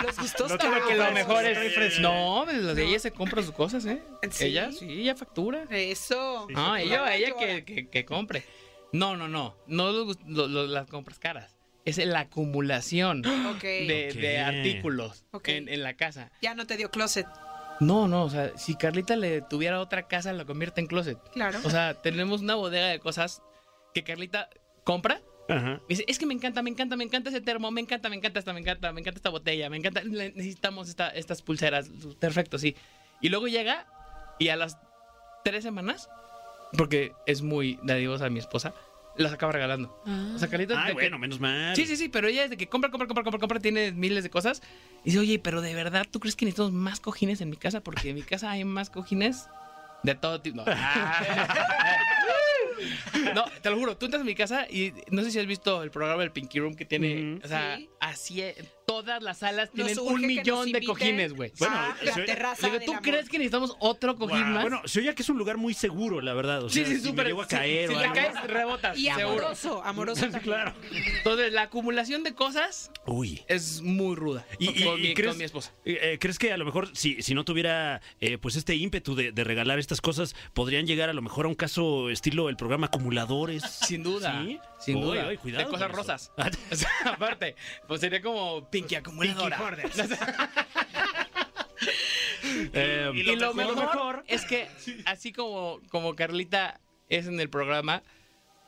S6: Los gustos
S8: No creo que lo
S6: caros.
S8: mejor es-
S7: No, pues, los de ella se compra sus cosas, ¿eh?
S6: ¿Sí?
S7: Ella sí, ella factura.
S6: Eso.
S7: No, ella,
S6: Llora,
S7: Ah, ella
S6: llora.
S7: que, que- que compre. No, no, no. No los gust- lo- lo- las compras caras. Es la acumulación
S6: Ok.
S7: de,
S2: Ok.
S7: de artículos
S6: Ok.
S7: en, en la casa.
S6: Ya no te dio closet.
S7: No, no, o sea, si Carlita le tuviera otra casa, la convierte en closet.
S6: Claro.
S7: O sea, tenemos una bodega de cosas que Carlita compra.
S2: Ajá.
S7: Me dice, es que me encanta, me encanta, me encanta ese termo, me encanta, me encanta esta, me encanta, me encanta esta botella, me encanta, le- necesitamos esta- estas pulseras, perfecto, sí. Y luego llega y a las tres semanas, porque es muy dadivosa mi esposa, las acaba regalando. O sea, Carlita. de
S2: Ay,
S7: que-
S2: bueno, menos mal.
S7: Sí, sí, sí, pero ella es de que compra, compra, compra, compra, compra, tiene miles de cosas. Y dice, oye, pero de verdad, ¿tú crees que necesitamos más cojines en mi casa? Porque en mi casa hay más cojines de todo tipo. No, No, te lo juro, tú entras en mi casa y no sé si has visto el programa del Pinky Room que tiene,
S2: Ujú.
S7: o sea,
S3: Sí.
S7: así es, todas las salas
S3: Nos
S7: tienen
S3: urge
S7: un
S3: que nos
S7: millón de
S3: inviten.
S7: cojines, güey.
S2: Bueno,
S3: Ah,
S2: eso-
S3: la terraza.
S7: Digo,
S3: del
S7: ¿tú
S3: amor.
S7: crees que necesitamos otro cojín
S2: Guau.
S7: más?
S2: Bueno, se oye que es un lugar muy seguro, la verdad. O
S7: sí,
S2: sea,
S7: sí,
S2: si
S7: súper.
S2: me llego a
S7: sí,
S2: caer
S7: si
S2: o
S7: le
S2: algo.
S7: caes, rebotas,
S3: Y
S7: seguro.
S3: amoroso, amoroso.
S2: Sí, claro.
S7: Entonces, la acumulación de cosas
S2: Uy.
S7: es muy ruda.
S2: Y- y-
S7: con,
S2: y
S7: mi,
S2: crees-
S7: con mi esposa.
S2: Eh, eh, ¿Crees que a lo mejor si, si no tuviera eh, pues este ímpetu de, de regalar estas cosas, podrían llegar a lo mejor a un caso estilo el programa acumuladores?
S7: Sin duda.
S2: ¿Sí?
S7: Sin
S2: Uy,
S7: duda.
S2: uy, cuidado
S7: de
S2: con
S7: cosas
S2: eso.
S7: rosas. O sea, aparte, pues sería como Pinky acumuladora.
S2: Eh,
S7: Y lo, mejor, es que, así como, como Carlita es en el programa,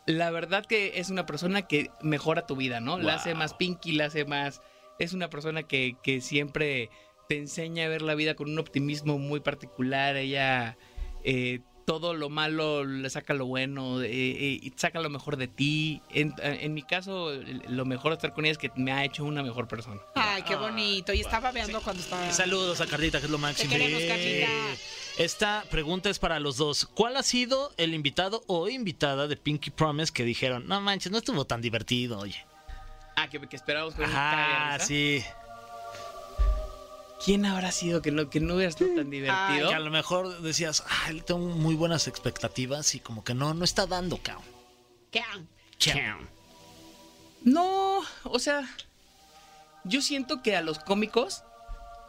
S7: la verdad que es una persona que mejora tu vida, ¿no? La hace
S2: Wow.
S7: más pinky, la hace más. Es una persona que, que siempre te enseña a ver la vida con un optimismo muy particular. Ella. eh, todo lo malo le saca lo bueno, eh, eh, y saca lo mejor de ti. En, en mi caso, lo mejor de estar con ella es que me ha hecho una mejor persona.
S3: Ay, qué bonito. Y estaba veando cuando estaba.
S4: Saludos a Carlita, que es lo máximo.
S3: Te queremos,
S4: Sí.
S3: Carlita.
S4: Esta pregunta es para los dos. ¿Cuál ha sido el invitado o invitada de Pinky Promise que dijeron, no manches, no estuvo tan divertido, oye?
S7: Ah, que, que esperábamos con un caga de
S4: Ajá,
S7: risa.
S4: sí.
S7: ¿Quién habrá sido que no, que no hubiera estado tan divertido?
S4: Que a lo mejor decías, ay, tengo muy buenas expectativas y como que no, no está dando, cabrón.
S3: ¿Qué?
S7: no, o sea, yo siento que a los cómicos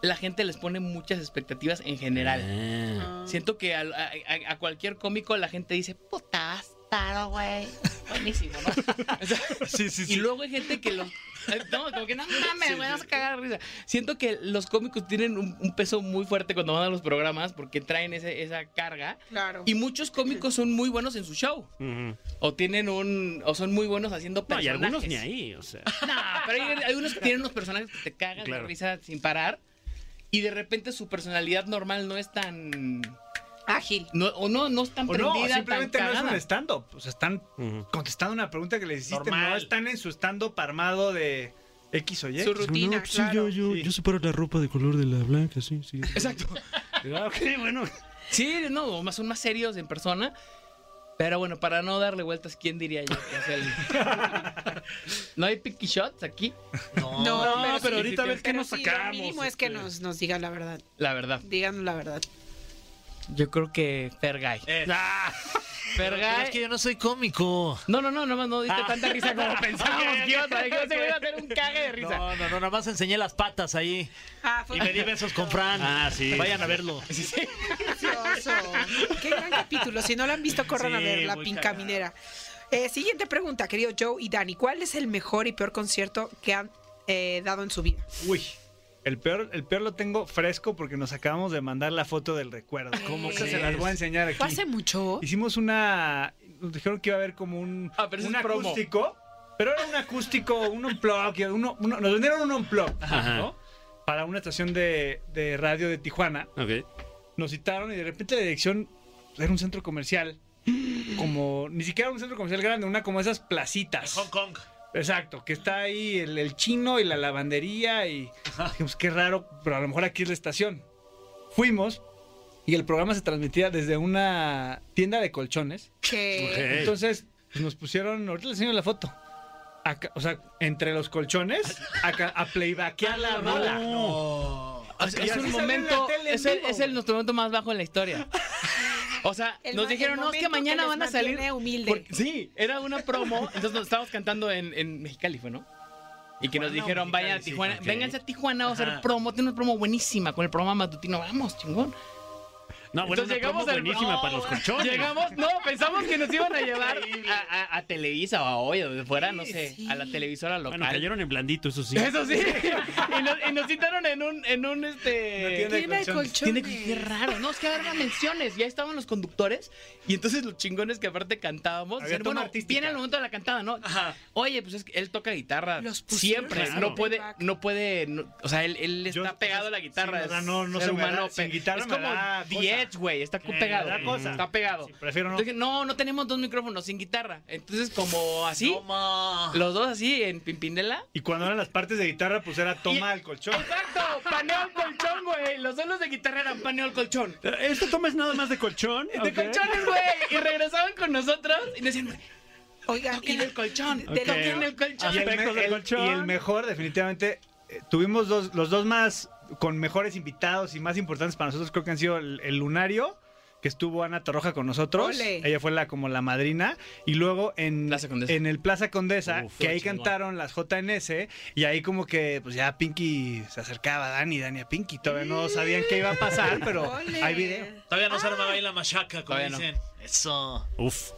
S7: la gente les pone muchas expectativas en general.
S2: ah,
S7: Siento que a, a- a cualquier cómico la gente dice, puta bastardo, güey. Buenísimo, ¿no? O sea,
S4: Sí, sí,
S7: Y luego hay gente que los. No, como que no mames, me vas a cagar de risa. Siento que los cómicos tienen un, un peso muy fuerte cuando van a los programas porque traen ese- esa carga.
S3: Claro.
S7: Y muchos cómicos son muy buenos en su show.
S2: ujú.
S7: O tienen un. O son muy buenos haciendo
S2: No, y
S7: personajes.
S2: algunos ni ahí, o sea.
S7: No, pero hay, hay unos que tienen unos personajes que te cagan
S2: Claro.
S7: de risa sin parar. Y de repente su personalidad normal no es tan.
S3: Ágil.
S7: No, o no, no es tan
S8: O no,
S7: prendida, tan
S8: simplemente no es
S7: cagada.
S8: un stand-up. O sea, están
S2: ujú.
S8: contestando una pregunta que les hiciste. No
S4: Normal.
S8: están en su stand-up armado de X
S7: ¿Eh?
S8: o Y.
S3: Su
S7: pues
S3: rutina, claro.
S8: Sí.
S1: separo la ropa de color de la blanca, sí, sí.
S7: Exacto.
S2: Ah, ok, bueno.
S7: Sí, no, más- son más serios en persona. Pero bueno, para no darle vueltas, ¿quién diría yo que es el- ¿No hay picky shots aquí?
S4: No,
S3: No,
S2: pero
S3: sí,
S2: ahorita a ver qué
S3: pero
S2: nos
S3: sí,
S2: sacamos,
S3: Lo mínimo es que
S2: este.
S3: nos, nos digan la verdad.
S7: La verdad.
S3: Díganos la verdad.
S7: Yo creo que Fergay.
S2: Ah,
S4: Pero es que
S7: Fergay.
S4: yo no soy cómico.
S7: No, no, no, nomás no diste tanta risa como pensábamos que ibas a que ese güey iba a hacer un cague de risa.
S4: No, no, no, nada más enseñé las patas ahí
S3: Ah, fue
S4: y me di besos con Fran.
S2: Ah, sí.
S4: Vayan a verlo.
S3: Precioso. Qué gran capítulo. Si no lo han visto, corran a
S4: Sí,
S3: ver la
S4: muy
S3: pinca
S4: cagado.
S3: minera. Eh, siguiente pregunta, querido Joe y Dani. ¿Cuál es el mejor y peor concierto que han eh, dado en su vida?
S8: Uy. El peor, el peor lo tengo fresco porque nos acabamos de mandar la foto del recuerdo.
S3: ¿Cómo
S8: Esa se
S3: crees?
S8: las voy a enseñar aquí.
S3: ¿Fue hace mucho?
S8: Hicimos una. Nos dijeron que iba a haber como un.
S7: Ah, pero ese
S8: un
S7: es promo.
S8: acústico. Pero era un acústico, un unplug. Uno, uno- nos vendieron un unplug,
S2: Ajá.
S8: ¿no? Para una estación de, de radio de Tijuana.
S2: ok.
S8: Nos citaron y de repente la dirección era un centro comercial. Como. Ni siquiera un centro comercial grande, una como esas placitas.
S4: Kong.
S8: Exacto, que está ahí el, el chino y la lavandería y dijimos, qué raro, pero a lo mejor aquí es la estación. Fuimos y el programa se transmitía desde una tienda de colchones.
S3: Que
S2: Ey.
S8: Entonces pues, nos pusieron, ahorita les enseño la foto. Acá- o sea, entre los colchones, acá, a playbackear la rola.
S7: O sea,
S8: Y
S7: es
S8: así salió
S7: un
S8: en la
S7: momento,
S8: tele en
S7: es el,
S8: vivo,
S7: es el
S8: güey.
S7: nuestro momento más bajo en la historia. O sea,
S3: El
S7: nos
S3: ma- el
S7: dijeron, no, es que
S3: momento
S7: mañana
S3: que los
S7: van a salir.
S3: mantiene humilde".
S7: Porque- sí, era una promo, entonces nos estábamos cantando en, en Mexicali, fue, ¿no? Y que
S4: Tijuana o
S7: nos dijeron, vayan a
S4: Mexicali, sí,
S7: Tijuana,
S4: ok.
S7: vénganse a Tijuana, vamos a hacer
S4: Ajá.
S7: promo, tiene una promo buenísima con el programa matutino, vamos, chingón.
S2: No, bueno, una promo
S7: al-
S2: buenísima
S7: no,
S2: para los
S7: bueno,
S2: colchones.
S7: Llegamos, no, pensamos que nos iban a llevar a, a- a Televisa o a hoy, o donde fuera, no sé, a la televisora local.
S2: Bueno, cayeron en blandito, eso sí.
S7: Eso sí. y, nos, y nos citaron en un, en un este.
S8: Una tienda de
S3: tiene
S8: colchones.
S7: Tiene
S3: colchones.
S7: que ser raro, ¿no? Es que eran menciones. Ya estaban los conductores. Y entonces los chingones que aparte cantábamos.
S8: Había
S7: decían,
S8: toma
S7: bueno,
S8: artística.
S7: viene el momento de la cantada, ¿no? Oye, pues es que él toca guitarra.
S3: Los pusieron
S7: siempre.
S2: en
S7: No
S2: el
S7: puede,
S3: playback.
S7: no puede. no- o sea, él, él está
S8: Yo-
S7: pegado a la guitarra.
S8: sí, no,
S7: es
S8: no, no
S7: ser
S8: se me da-
S7: humano.
S8: sin
S7: pe-
S8: guitarra
S7: es
S8: me
S7: como
S8: da cosa.
S7: 10 Edge, güey. Está
S8: Eh,
S7: pegado.
S8: la cosa.
S7: Está pegado.
S8: Sí, prefiero no.
S7: Entonces, no, no tenemos dos micrófonos sin guitarra. Entonces, como así,
S4: Toma.
S7: los dos así en Pimpinela.
S8: Y cuando eran las partes de guitarra, pues era toma al colchón.
S7: Exacto, paneo al colchón, güey. Los solos de guitarra eran paneo al colchón.
S2: ¿Esto tomas nada más de colchón?
S7: De colchones, güey. Y regresaban con nosotros y nos decían,
S3: Oigan, y
S7: toquen el colchón.
S3: de lo
S7: Toquen
S3: que-
S7: el colchón.
S8: Y el,
S2: Aspectos
S8: me-
S2: del
S8: el-
S2: colchón.
S8: y el mejor, definitivamente, eh, tuvimos dos, los dos más con mejores invitados y más importantes para nosotros, creo que han sido el, el Lunario, que estuvo Ana Torroja con nosotros.
S3: Ole.
S8: Ella fue la como la madrina. Y luego en,
S7: Plaza Condesa.
S8: en el Plaza Condesa,
S2: Uf,
S8: que ahí
S2: chingón.
S8: cantaron las JNS, y ahí como que pues ya Pinky se acercaba a Dani, Dani a Pinky. Todavía no sabían qué iba a pasar, pero
S3: Ole.
S8: hay video.
S4: Todavía no se armaba ahí la machaca, como
S7: Todavía no.
S4: dicen. Eso.
S2: Uf.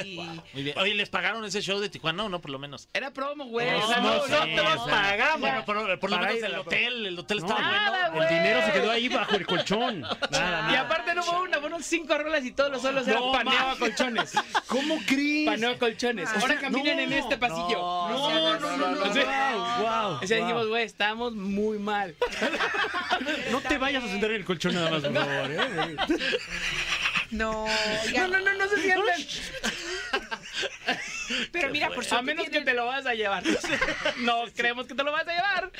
S3: Ay.
S4: Muy bien. Oye, ¿les pagaron ese show de Tijuana o no, por lo menos?
S7: Era promo, güey.
S4: No,
S7: O sea,
S4: no,
S7: no,
S4: no,
S7: no,
S4: no,
S8: pagamos.
S4: Bueno, por, por lo
S8: Para
S4: menos
S8: ir a
S4: el
S8: la-
S4: hotel. El hotel
S2: No.
S4: estaba
S7: Nada,
S2: El
S4: bueno.
S2: dinero se quedó ahí bajo el colchón.
S7: Y aparte no hubo una, fueron cinco rolas y todos los solos eran paneo a colchones.
S2: ¿Cómo crees?
S7: Paneo a colchones.
S2: O
S7: Ahora
S2: sea,
S7: caminan
S2: no,
S7: en este pasillo.
S2: No, no, no, no, no.
S7: Sí.
S2: Wow, wow,
S7: O sea, dijimos,
S2: wow.
S7: güey, estamos muy mal.
S2: No te vayas a sentar en el colchón nada más, por favor, ¿eh?
S3: No, oigan,
S7: No, no, no, no se sientan.
S3: pero mira, por
S7: A
S3: suerte
S7: menos que
S3: tienen-
S7: te lo vas a llevar. No creemos que te lo vas a llevar.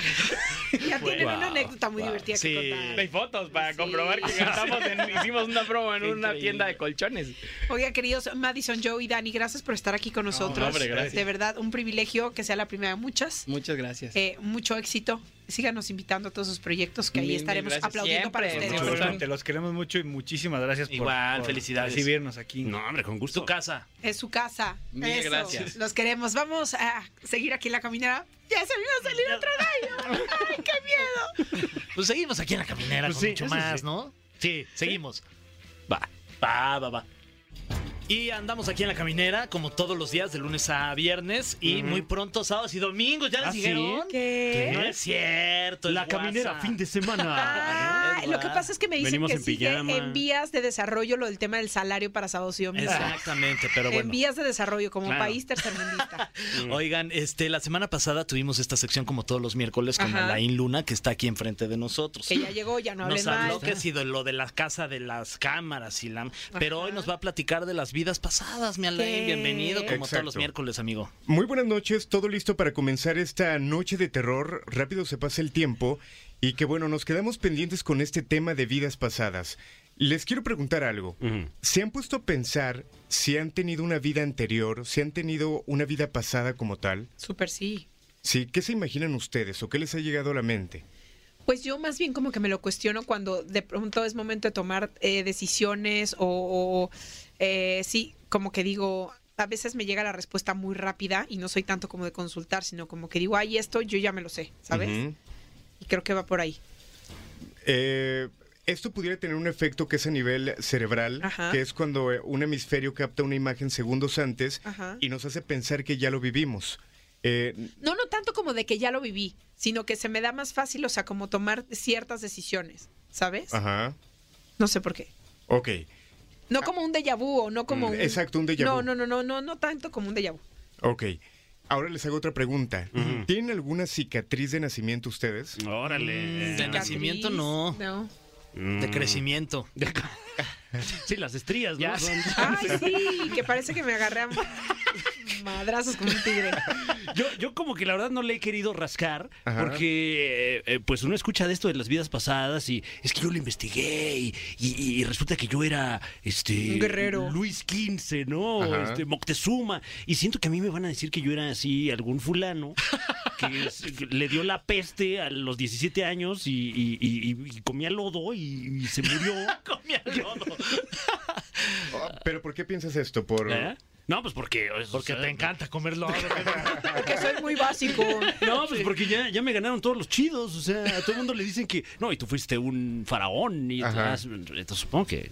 S3: ya tienen
S2: Wow,
S3: una anécdota muy divertida
S4: Sí.
S3: que contar.
S7: Hay fotos para
S3: Sí.
S7: comprobar que gastamos en- hicimos una promo en
S4: Qué
S7: una
S4: increíble.
S7: tienda de colchones.
S3: Oiga, queridos Madison, Joe y Dani, gracias por estar aquí con nosotros.
S7: hombre, gracias.
S3: De verdad, un privilegio que sea la primera de muchas.
S7: Muchas gracias.
S3: Eh, mucho éxito. Síganos invitando a todos sus proyectos que ahí
S7: Mil, mil
S3: estaremos
S7: gracias.
S3: aplaudiendo para
S7: Siempre,
S3: ustedes.
S7: por favor.
S8: Te los queremos mucho y muchísimas gracias por,
S4: Igual,
S8: por
S4: felicidades.
S8: recibirnos aquí.
S2: No, hombre, con gusto.
S4: Tu casa.
S3: Es su casa.
S7: Mil
S3: Eso.
S7: gracias.
S3: Los queremos. Vamos a seguir aquí en la caminera. Ya se vino a salir otro gallo. ¡Ay, qué miedo!
S4: Pues seguimos aquí en la caminera
S2: Pues
S4: con
S2: sí,
S4: mucho
S2: eso
S4: más,
S2: sí.
S4: ¿no? Sí, seguimos.
S2: Va.
S4: Va, va, va. Y andamos aquí en la caminera, como todos los días, de lunes a viernes, y muy pronto, sábados y domingos, ¿ya les
S2: ¿Ah, sí?
S4: dijeron?
S3: ¿Qué?
S4: No es cierto. es
S2: La caminera,
S4: WhatsApp.
S2: fin de semana.
S3: Ah,
S4: es
S3: lo
S4: verdad.
S3: que pasa es que me dicen
S2: Venimos
S3: que
S2: en
S3: sigue
S2: pijama.
S3: en vías de desarrollo lo del tema del salario para sábados y domingos.
S4: Exactamente, pero bueno.
S3: En vías de desarrollo como
S2: Claro.
S3: país tercermundista.
S4: Oigan, este, la semana pasada tuvimos esta sección como todos los miércoles con
S3: Ajá.
S4: Alain Luna, que está aquí enfrente de nosotros.
S3: que ya llegó, ya no hablen
S4: Nos habló
S3: mal.
S4: que si de lo de la casa de las cámaras y la... Pero hoy nos va a platicar de las vidas pasadas, mi Alain.
S3: ¿Qué?
S4: Bienvenido, como todos
S9: Exacto.
S4: los miércoles, amigo.
S9: Muy buenas noches, todo listo para comenzar esta noche de terror. Rápido se pasa el tiempo y que bueno, nos quedamos pendientes con este tema de vidas pasadas. Les quiero preguntar algo.
S2: Ujú.
S9: ¿Se han puesto a pensar si han tenido una vida anterior, si han tenido una vida pasada como tal?
S3: Súper sí.
S9: Sí, ¿qué se imaginan ustedes o qué les ha llegado a la mente?
S3: Pues yo más bien como que me lo cuestiono cuando de pronto es momento de tomar eh, decisiones o, o, eh, sí, como que digo, a veces me llega la respuesta muy rápida y no soy tanto como de consultar, sino como que digo, ay, esto yo ya me lo sé, ¿sabes?
S9: Ujú.
S3: Y creo que va por ahí.
S9: Eh, esto pudiera tener un efecto que es a nivel cerebral,
S3: Ajá.
S9: que es cuando eh, un hemisferio capta una imagen segundos antes
S3: Ajá.
S9: y nos hace pensar que ya lo vivimos. Eh,
S3: No, no tanto como de que ya lo viví, sino que se me da más fácil, o sea, como tomar ciertas decisiones, ¿sabes?
S9: ajá,
S3: No sé por qué.
S9: ok.
S3: No como un déjà vu o no como
S9: Ah. Mm,
S3: un...
S9: exacto, un déjà
S3: No,
S9: vu.
S3: no, no, no, no, no tanto como un déjà vu.
S9: Ok. Ahora les hago otra pregunta. ¿Tienen alguna cicatriz de nacimiento ustedes?
S2: Órale. Mm.
S4: De nacimiento, no.
S3: No.
S4: De crecimiento.
S2: Sí, las estrías, ¿no?
S7: Ya.
S2: Son-
S3: Ay, sí, que parece que me agarré a madrazos como un tigre.
S2: Yo, yo como que la verdad no le he querido rascar
S9: Ajá.
S2: porque eh, eh, pues uno escucha de esto de las vidas pasadas y es que yo lo investigué y, y- y resulta que yo era este
S3: Un guerrero.
S2: Luis XV, ¿no?
S9: Ajá.
S2: Este, Moctezuma y siento que a mí me van a decir que yo era así algún fulano que, es- que le dio la peste a los 17 años y, y- y- y comía lodo y, y se murió.
S4: Comía lodo.
S9: Oh, ¿Pero por qué piensas esto? ¿Por
S2: ¿Eh? No, pues porque o
S4: Porque
S2: sea,
S4: te encanta comer lodo.
S3: Porque soy muy básico.
S2: No, pues porque ya, ya me ganaron todos los chidos. O sea, a todo el mundo le dicen que. No, y tú fuiste un faraón. Y
S9: Ajá.
S2: entonces, entonces supongo que.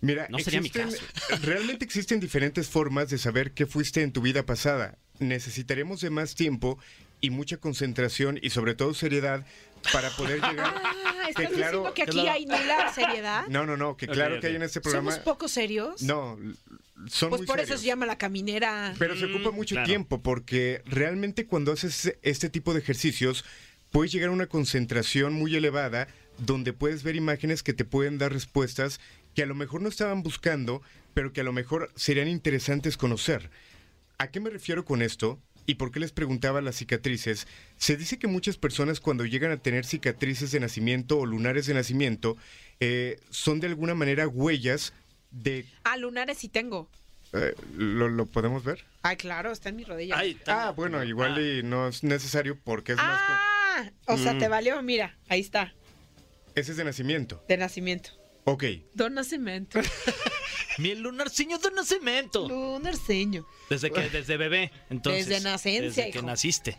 S9: Mira,
S2: No sería mi
S9: realmente existen diferentes formas de saber qué fuiste en tu vida pasada. Necesitaremos de más tiempo y mucha concentración y sobre todo seriedad para poder llegar.
S3: Ah, ¿estás
S9: Que claro-
S3: diciendo que aquí hay nula seriedad?
S9: No, no, no, que claro
S2: ok.
S9: que hay en este programa.
S3: ¿Somos poco serios?
S9: No, l- son
S3: Pues
S9: muy
S3: por eso
S9: serios.
S3: se llama la caminera.
S9: Pero se ocupa mucho
S2: claro.
S9: tiempo porque realmente cuando haces este tipo de ejercicios puedes llegar a una concentración muy elevada
S8: donde puedes ver imágenes que te pueden dar respuestas que a lo mejor no estaban buscando, pero que a lo mejor serían interesantes conocer. ¿A qué me refiero con esto? ¿Y por qué les preguntaba las cicatrices? Se dice que muchas personas cuando llegan a tener cicatrices de nacimiento o lunares de nacimiento eh, son de alguna manera huellas de...
S3: Ah, lunares sí tengo.
S8: eh, ¿lo, lo podemos ver?
S3: Ay, claro, está en mi rodilla.
S4: Ay,
S8: Ah, bueno, igual y no es necesario porque es más... co-
S3: ah, o sea,
S4: Mm.
S3: te valió, mira, ahí está,
S8: Ese es de nacimiento.
S3: de nacimiento.
S8: Ok.
S3: Don Nacimiento.
S4: mi lunarciño de nacimiento.
S3: Lunar seño.
S4: Desde
S8: Pues,
S4: que desde bebé, entonces.
S3: Desde nacencia,
S4: Desde que
S3: hijo.
S4: naciste.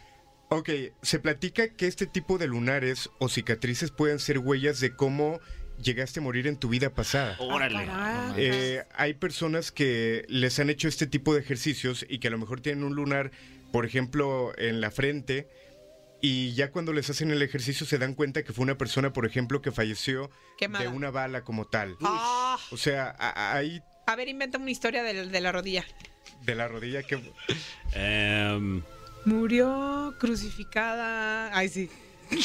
S8: Ok, se platica que este tipo de lunares o cicatrices pueden ser huellas de cómo llegaste a morir en tu vida pasada.
S3: Oh, Ah,
S4: Órale.
S3: Caracas.
S8: Eh, hay personas que les han hecho este tipo de ejercicios y que a lo mejor tienen un lunar, por ejemplo, en la frente, y ya cuando les hacen el ejercicio se dan cuenta que fue una persona, por ejemplo, que falleció
S3: Quemada.
S8: de una bala como tal.
S3: Ah,
S8: O sea, a- a- ahí
S3: a ver, inventa una historia del- de, la rodilla.
S8: de la rodilla que...
S2: Em,
S3: Murió crucificada. Ay, sí.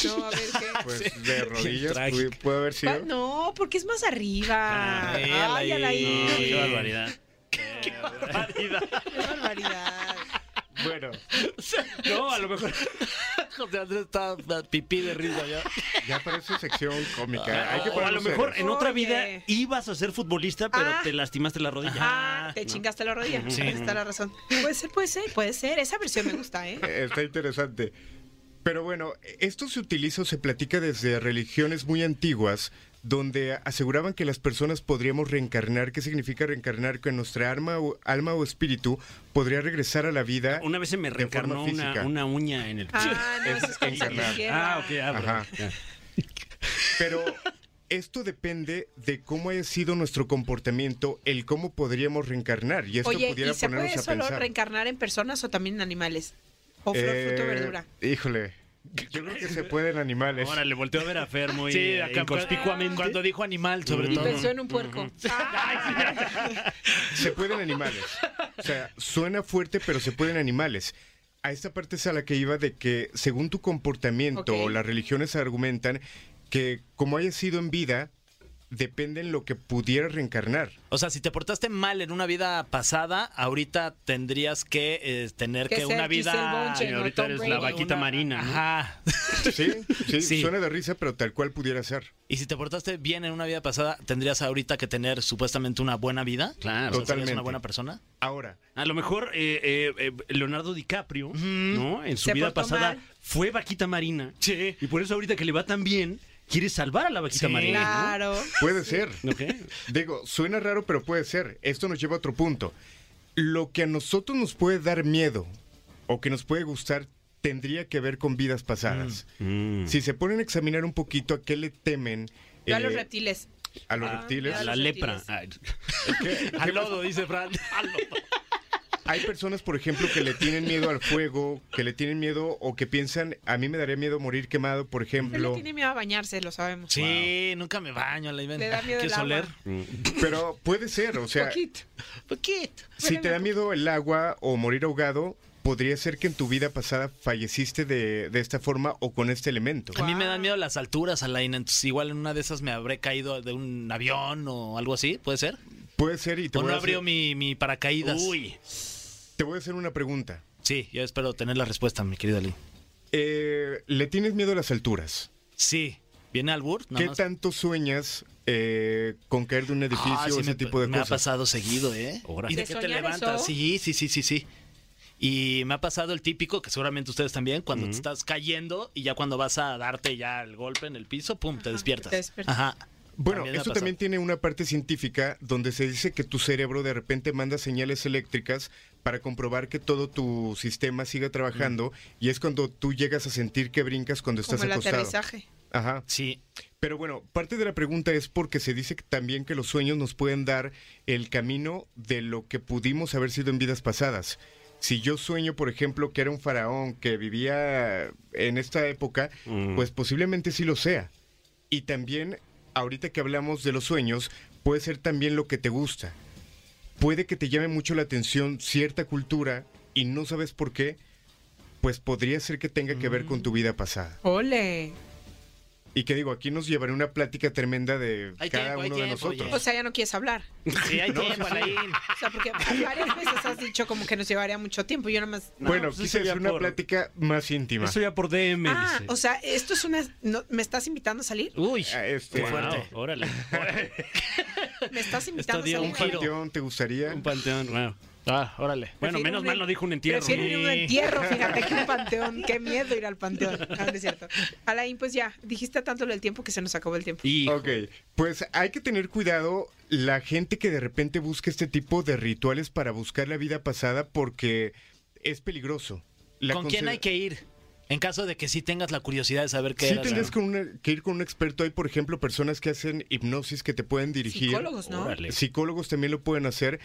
S3: No, a ver qué.
S8: Pues de rodillas pues.
S4: trágico.
S8: pu- puede haber
S3: Ah,
S8: sido.
S3: no, porque es más
S8: Ah,
S3: arriba.
S4: Ay,
S3: Ay,
S4: Alaí.
S3: Alaí.
S2: no, qué barbaridad.
S3: Qué barbaridad.
S8: Bueno,
S2: No, a lo mejor.
S4: José Andrés está pipí de risa ya.
S8: ya parece sección cómica. Hay que
S2: O a
S8: ponerlo
S2: lo mejor
S8: serio.
S2: en otra
S3: Oye.
S2: vida ibas a ser futbolista, pero
S3: Ah.
S2: te lastimaste la rodilla.
S3: Ah, te chingaste la rodilla.
S4: Sí.
S3: Sí. Está la razón. Puede ser, puede ser, puede ser. Esa versión me gusta, ¿eh?
S8: Está interesante. Pero bueno, esto se utiliza o se platica desde religiones muy antiguas, donde aseguraban que las personas podríamos reencarnar. ¿Qué significa reencarnar? Que nuestra alma o, alma o espíritu podría regresar a la vida.
S2: Una vez se me
S8: De
S2: reencarnó
S8: forma
S2: una,
S8: física.
S2: una uña en el
S3: Ah, no, eso es con
S8: encarnado.
S3: tierra.
S2: ah,
S8: Ajá. Pero esto depende de cómo haya sido nuestro comportamiento, el cómo podríamos reencarnar. Y esto
S3: Oye,
S8: pudiera
S3: ¿y se
S8: ponernos
S3: puede
S8: a
S3: solo
S8: pensar.
S3: reencarnar en personas o también en animales? O flor, fruto,
S8: Eh,
S3: verdura.
S8: Híjole. Yo creo que se pueden animales.
S2: Ahora le volteó a ver a Fer muy
S4: Sí,
S2: eh,
S4: acá pues,
S2: inconspicuamente.
S4: Cuando dijo animal, sobre
S8: Mm.
S3: Y
S4: todo.
S3: pensó en un puerco. Ah,
S8: Se pueden animales. O sea, suena fuerte, pero se pueden animales. A esta parte es a la que iba de que según tu comportamiento
S3: Ok.
S8: o las religiones argumentan que como haya sido en vida, depende en lo que pudiera reencarnar.
S4: O sea, si te portaste mal en una vida pasada, ahorita tendrías que eh, tener
S3: Que
S4: que,
S3: ser
S4: una
S3: Giselle
S4: vida.
S3: Bonche,
S2: Sí, ahorita
S3: Tom
S2: eres
S3: Brady.
S2: la vaquita
S4: una-
S2: marina. ¿no?
S4: Ajá.
S8: Sí, sí,
S4: Sí.
S8: suena de risa, pero tal cual pudiera ser.
S4: Y si te portaste bien en una vida pasada, tendrías ahorita que tener supuestamente una buena vida.
S2: Claro.
S4: O sea, ¿serías
S8: Totalmente.
S4: una buena persona.
S8: Ahora,
S2: A lo mejor eh, eh, eh, Leonardo DiCaprio, ¿no? En su
S3: Se
S2: vida
S3: portó
S2: pasada
S3: mal.
S2: fue vaquita marina.
S4: Sí.
S2: Y por eso ahorita que le va tan bien, quiere salvar a la vaquita
S4: Sí.
S2: marina. ¿no?
S3: claro.
S8: puede ser.
S2: Ok.
S8: Digo, suena raro, pero puede ser. Esto nos lleva a otro punto. Lo que a nosotros nos puede dar miedo o que nos puede gustar tendría que ver con vidas pasadas. Si se ponen a examinar un poquito a qué le temen
S3: Yo a
S8: eh,
S3: los reptiles.
S8: a los
S3: Ah,
S8: reptiles,
S3: a
S2: La
S3: los
S2: lepra.
S3: reptiles.
S2: Ay,
S4: Al lodo, dice Fran.
S8: hay personas, por ejemplo, que le tienen miedo al fuego, que le tienen miedo o que piensan, a mí me daría miedo morir quemado, por
S3: Él le
S8: ejemplo.
S3: tiene miedo a bañarse, lo sabemos.
S4: Sí, nunca me baño, la
S3: Le da miedo el
S4: Quiero
S3: agua.
S4: oler. Pues,
S8: Pero puede ser, o sea,
S3: Poquito.
S4: Poquito.
S8: si te da miedo el agua o morir ahogado, podría ser que en tu vida pasada falleciste de, de esta forma o con este elemento.
S4: A mí me
S3: Wow.
S4: dan miedo las alturas, Alain. Entonces, igual en una de esas me habré caído de un avión o algo así, ¿puede ser?
S8: Puede ser y te
S4: O
S8: voy,
S4: no
S8: a hacer,
S4: abrió mi, mi paracaídas.
S2: Uy.
S8: te voy a hacer una pregunta.
S4: Sí, yo espero tener la respuesta, mi querido Ali.
S8: Eh, ¿Le tienes miedo a las alturas?
S4: Sí. ¿Viene Albur? Nada
S8: ¿Qué
S4: más.
S8: tanto sueñas eh, con caer de un edificio
S4: Ah,
S8: o
S4: sí
S8: ese
S4: me-
S8: tipo de
S4: me ha
S8: cosas?
S4: pasado seguido, ¿eh?
S2: Órale.
S4: Y de
S3: ¿De
S4: que te
S3: soñar
S4: levantas.
S3: eso?
S4: Sí, sí, sí, sí, sí. Y me ha pasado el típico, que seguramente ustedes también, cuando te estás cayendo y ya cuando vas a darte ya el golpe en el piso, pum, te despiertas.
S3: te despiertas.
S4: Ajá.
S8: Bueno,
S4: También me ha
S8: esto
S4: pasado.
S8: también tiene una parte científica donde se dice que tu cerebro de repente manda señales eléctricas para comprobar que todo tu sistema siga trabajando
S4: Mm.
S8: y es cuando tú llegas a sentir que brincas cuando estás
S3: Como el
S8: acostado.
S3: aterrizaje.
S8: Ajá.
S4: Sí.
S8: Pero bueno, parte de la pregunta es porque se dice que también que los sueños nos pueden dar el camino de lo que pudimos haber sido en vidas pasadas. Si yo sueño, por ejemplo, que era un faraón que vivía en esta época, pues posiblemente sí lo sea. Y también, ahorita que hablamos de los sueños, puede ser también lo que te gusta. Puede que te llame mucho la atención cierta cultura y no sabes por qué, pues podría ser que tenga que ver con tu vida pasada.
S3: Ole.
S8: Y que digo, aquí nos llevaré una plática tremenda de
S4: Hay
S8: cada
S4: tiempo, hay
S8: uno de
S4: tiempo,
S8: nosotros.
S3: O sea, ya no quieres hablar.
S4: Sí, hay tiempo, Alain.
S3: O sea, porque varias veces has dicho como que nos llevaría mucho tiempo. Yo nada más.
S8: bueno,
S2: pues
S8: quise
S2: eso ya
S8: hacer una
S2: por-
S8: plática más íntima.
S2: Eso ya por DM,
S3: Ah,
S2: dice.
S3: o sea, esto es una. no- ¿Me estás invitando a salir?
S4: Uy,
S8: Ah, este,
S4: qué fuerte.
S2: Wow, órale.
S3: ¿Me estás invitando
S4: dio
S3: a
S4: un
S3: salir?
S4: giro.
S8: Panteón, ¿te gustaría?
S2: un panteón, wow.
S4: Ah, órale.
S2: Bueno,
S3: Prefiero
S2: menos
S3: un
S2: mal
S3: en-
S2: no dijo un entierro.
S3: Prefiero ir a un
S2: Sí.
S3: entierro, fíjate, que un panteón. Qué miedo ir al panteón. No, no es cierto. Alain, pues ya, dijiste tanto lo del tiempo que se nos acabó el tiempo.
S2: Hijo.
S8: Ok, pues hay que tener cuidado la gente que de repente busca este tipo de rituales para buscar la vida pasada porque es peligroso. La
S4: ¿Con quién
S8: conse-
S4: hay que ir? En caso de que sí tengas la curiosidad de saber qué
S8: Sí
S4: eras,
S8: tendrías
S4: ¿no?
S8: que, una- que ir con un experto. Hay, por ejemplo, personas que hacen hipnosis que te pueden dirigir.
S3: Psicólogos, ¿no?
S2: Órale.
S8: Psicólogos también lo pueden hacer,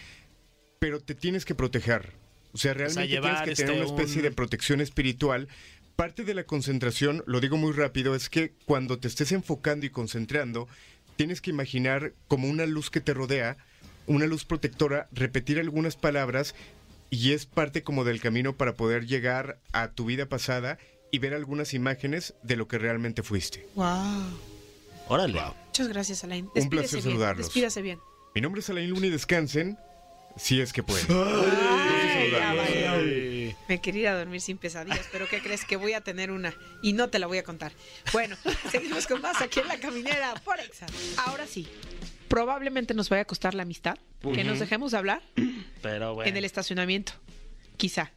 S8: pero te tienes que proteger. O sea, realmente
S4: llevar,
S8: tienes que tener
S4: este,
S8: una especie
S4: un-
S8: de protección espiritual. Parte de la concentración, lo digo muy rápido, es que cuando te estés enfocando y concentrando, tienes que imaginar como una luz que te rodea, una luz protectora, repetir algunas palabras y es parte como del camino para poder llegar a tu vida pasada y ver algunas imágenes de lo que realmente fuiste.
S3: Wow.
S4: Órale.
S3: Muchas gracias, Alain.
S8: Un placer
S3: Despídese bien,
S8: saludarlos.
S3: Despídase bien.
S8: Mi nombre es Alain Luna y descansen si es que pueden.
S3: Ay, ya
S8: saludarlos.
S3: valió. Me quería ir a dormir sin pesadillas, pero ¿qué crees? Que voy a tener una y no te la voy a contar. Bueno, seguimos con más aquí en La Caminera por Exa. Ahora sí, probablemente nos vaya a costar la amistad que nos dejemos de hablar
S4: Pero bueno.
S3: en el estacionamiento. Quizá.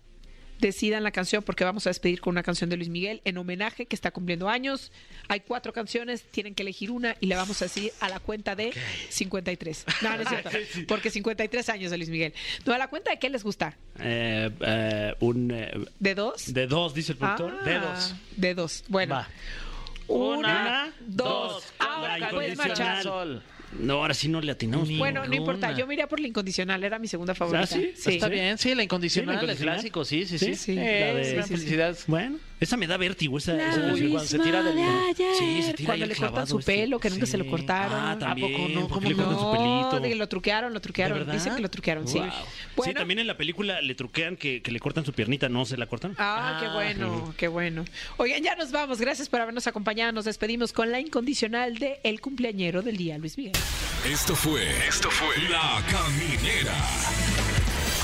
S3: Decidan la canción porque vamos a despedir con una canción de Luis Miguel en homenaje que está cumpliendo años. Hay cuatro canciones, tienen que elegir una y le vamos a decir a la cuenta de 53. No, no es cierto. Porque 53 años de Luis Miguel. No, a la cuenta de qué les gusta.
S2: Eh, eh, un eh,
S3: ¿De dos?
S2: de dos, dice el productor.
S3: Ah,
S2: De dos.
S3: De dos. Bueno.
S4: Va.
S3: Una, dos. Ah,
S2: La
S3: Ahora puedes marchar.
S2: incondicional. No, ahora sí no le atinamos.
S4: Ni-
S2: Bueno,
S3: Bueno, no importa.
S4: Una.
S3: Yo me iría por la incondicional. Era mi segunda favorita.
S2: ¿Ah, sí?
S4: Está bien, sí, la incondicional,
S2: Sí, la incondicional.
S4: el clásico, sí, sí,
S2: Sí,
S4: sí.
S2: sí,
S4: Eh,
S2: la de-
S4: es
S2: sí,
S4: gran
S2: sí, sí.
S4: felicidad.
S2: bueno, esa me da vértigo, esa, esa
S4: Uy,
S2: canción.
S4: cuando se tira del...
S2: Sí, se tira
S3: Cuando
S2: ahí
S3: le
S2: clavado
S3: cortan su
S2: este.
S3: pelo, que nunca se lo
S4: Sí.
S3: cortaron.
S2: Ah, también.
S4: ¿A poco no?
S2: porque le
S4: ¿Cómo
S2: cortan su
S3: No,
S2: pelito?
S3: de que lo truquearon, lo truquearon.
S4: verdad?
S3: Dicen que lo truquearon, sí.
S4: Wow.
S2: Sí, también en la película le truquean que, que le cortan su piernita, no se la cortan.
S3: Ah, qué
S4: Ah,
S3: bueno, qué bueno. Oigan, ya nos vamos. Gracias por habernos acompañado. Nos despedimos con la incondicional de El cumpleañero del día, Luis Miguel.
S1: Esto fue. Esto fue. La Caminera.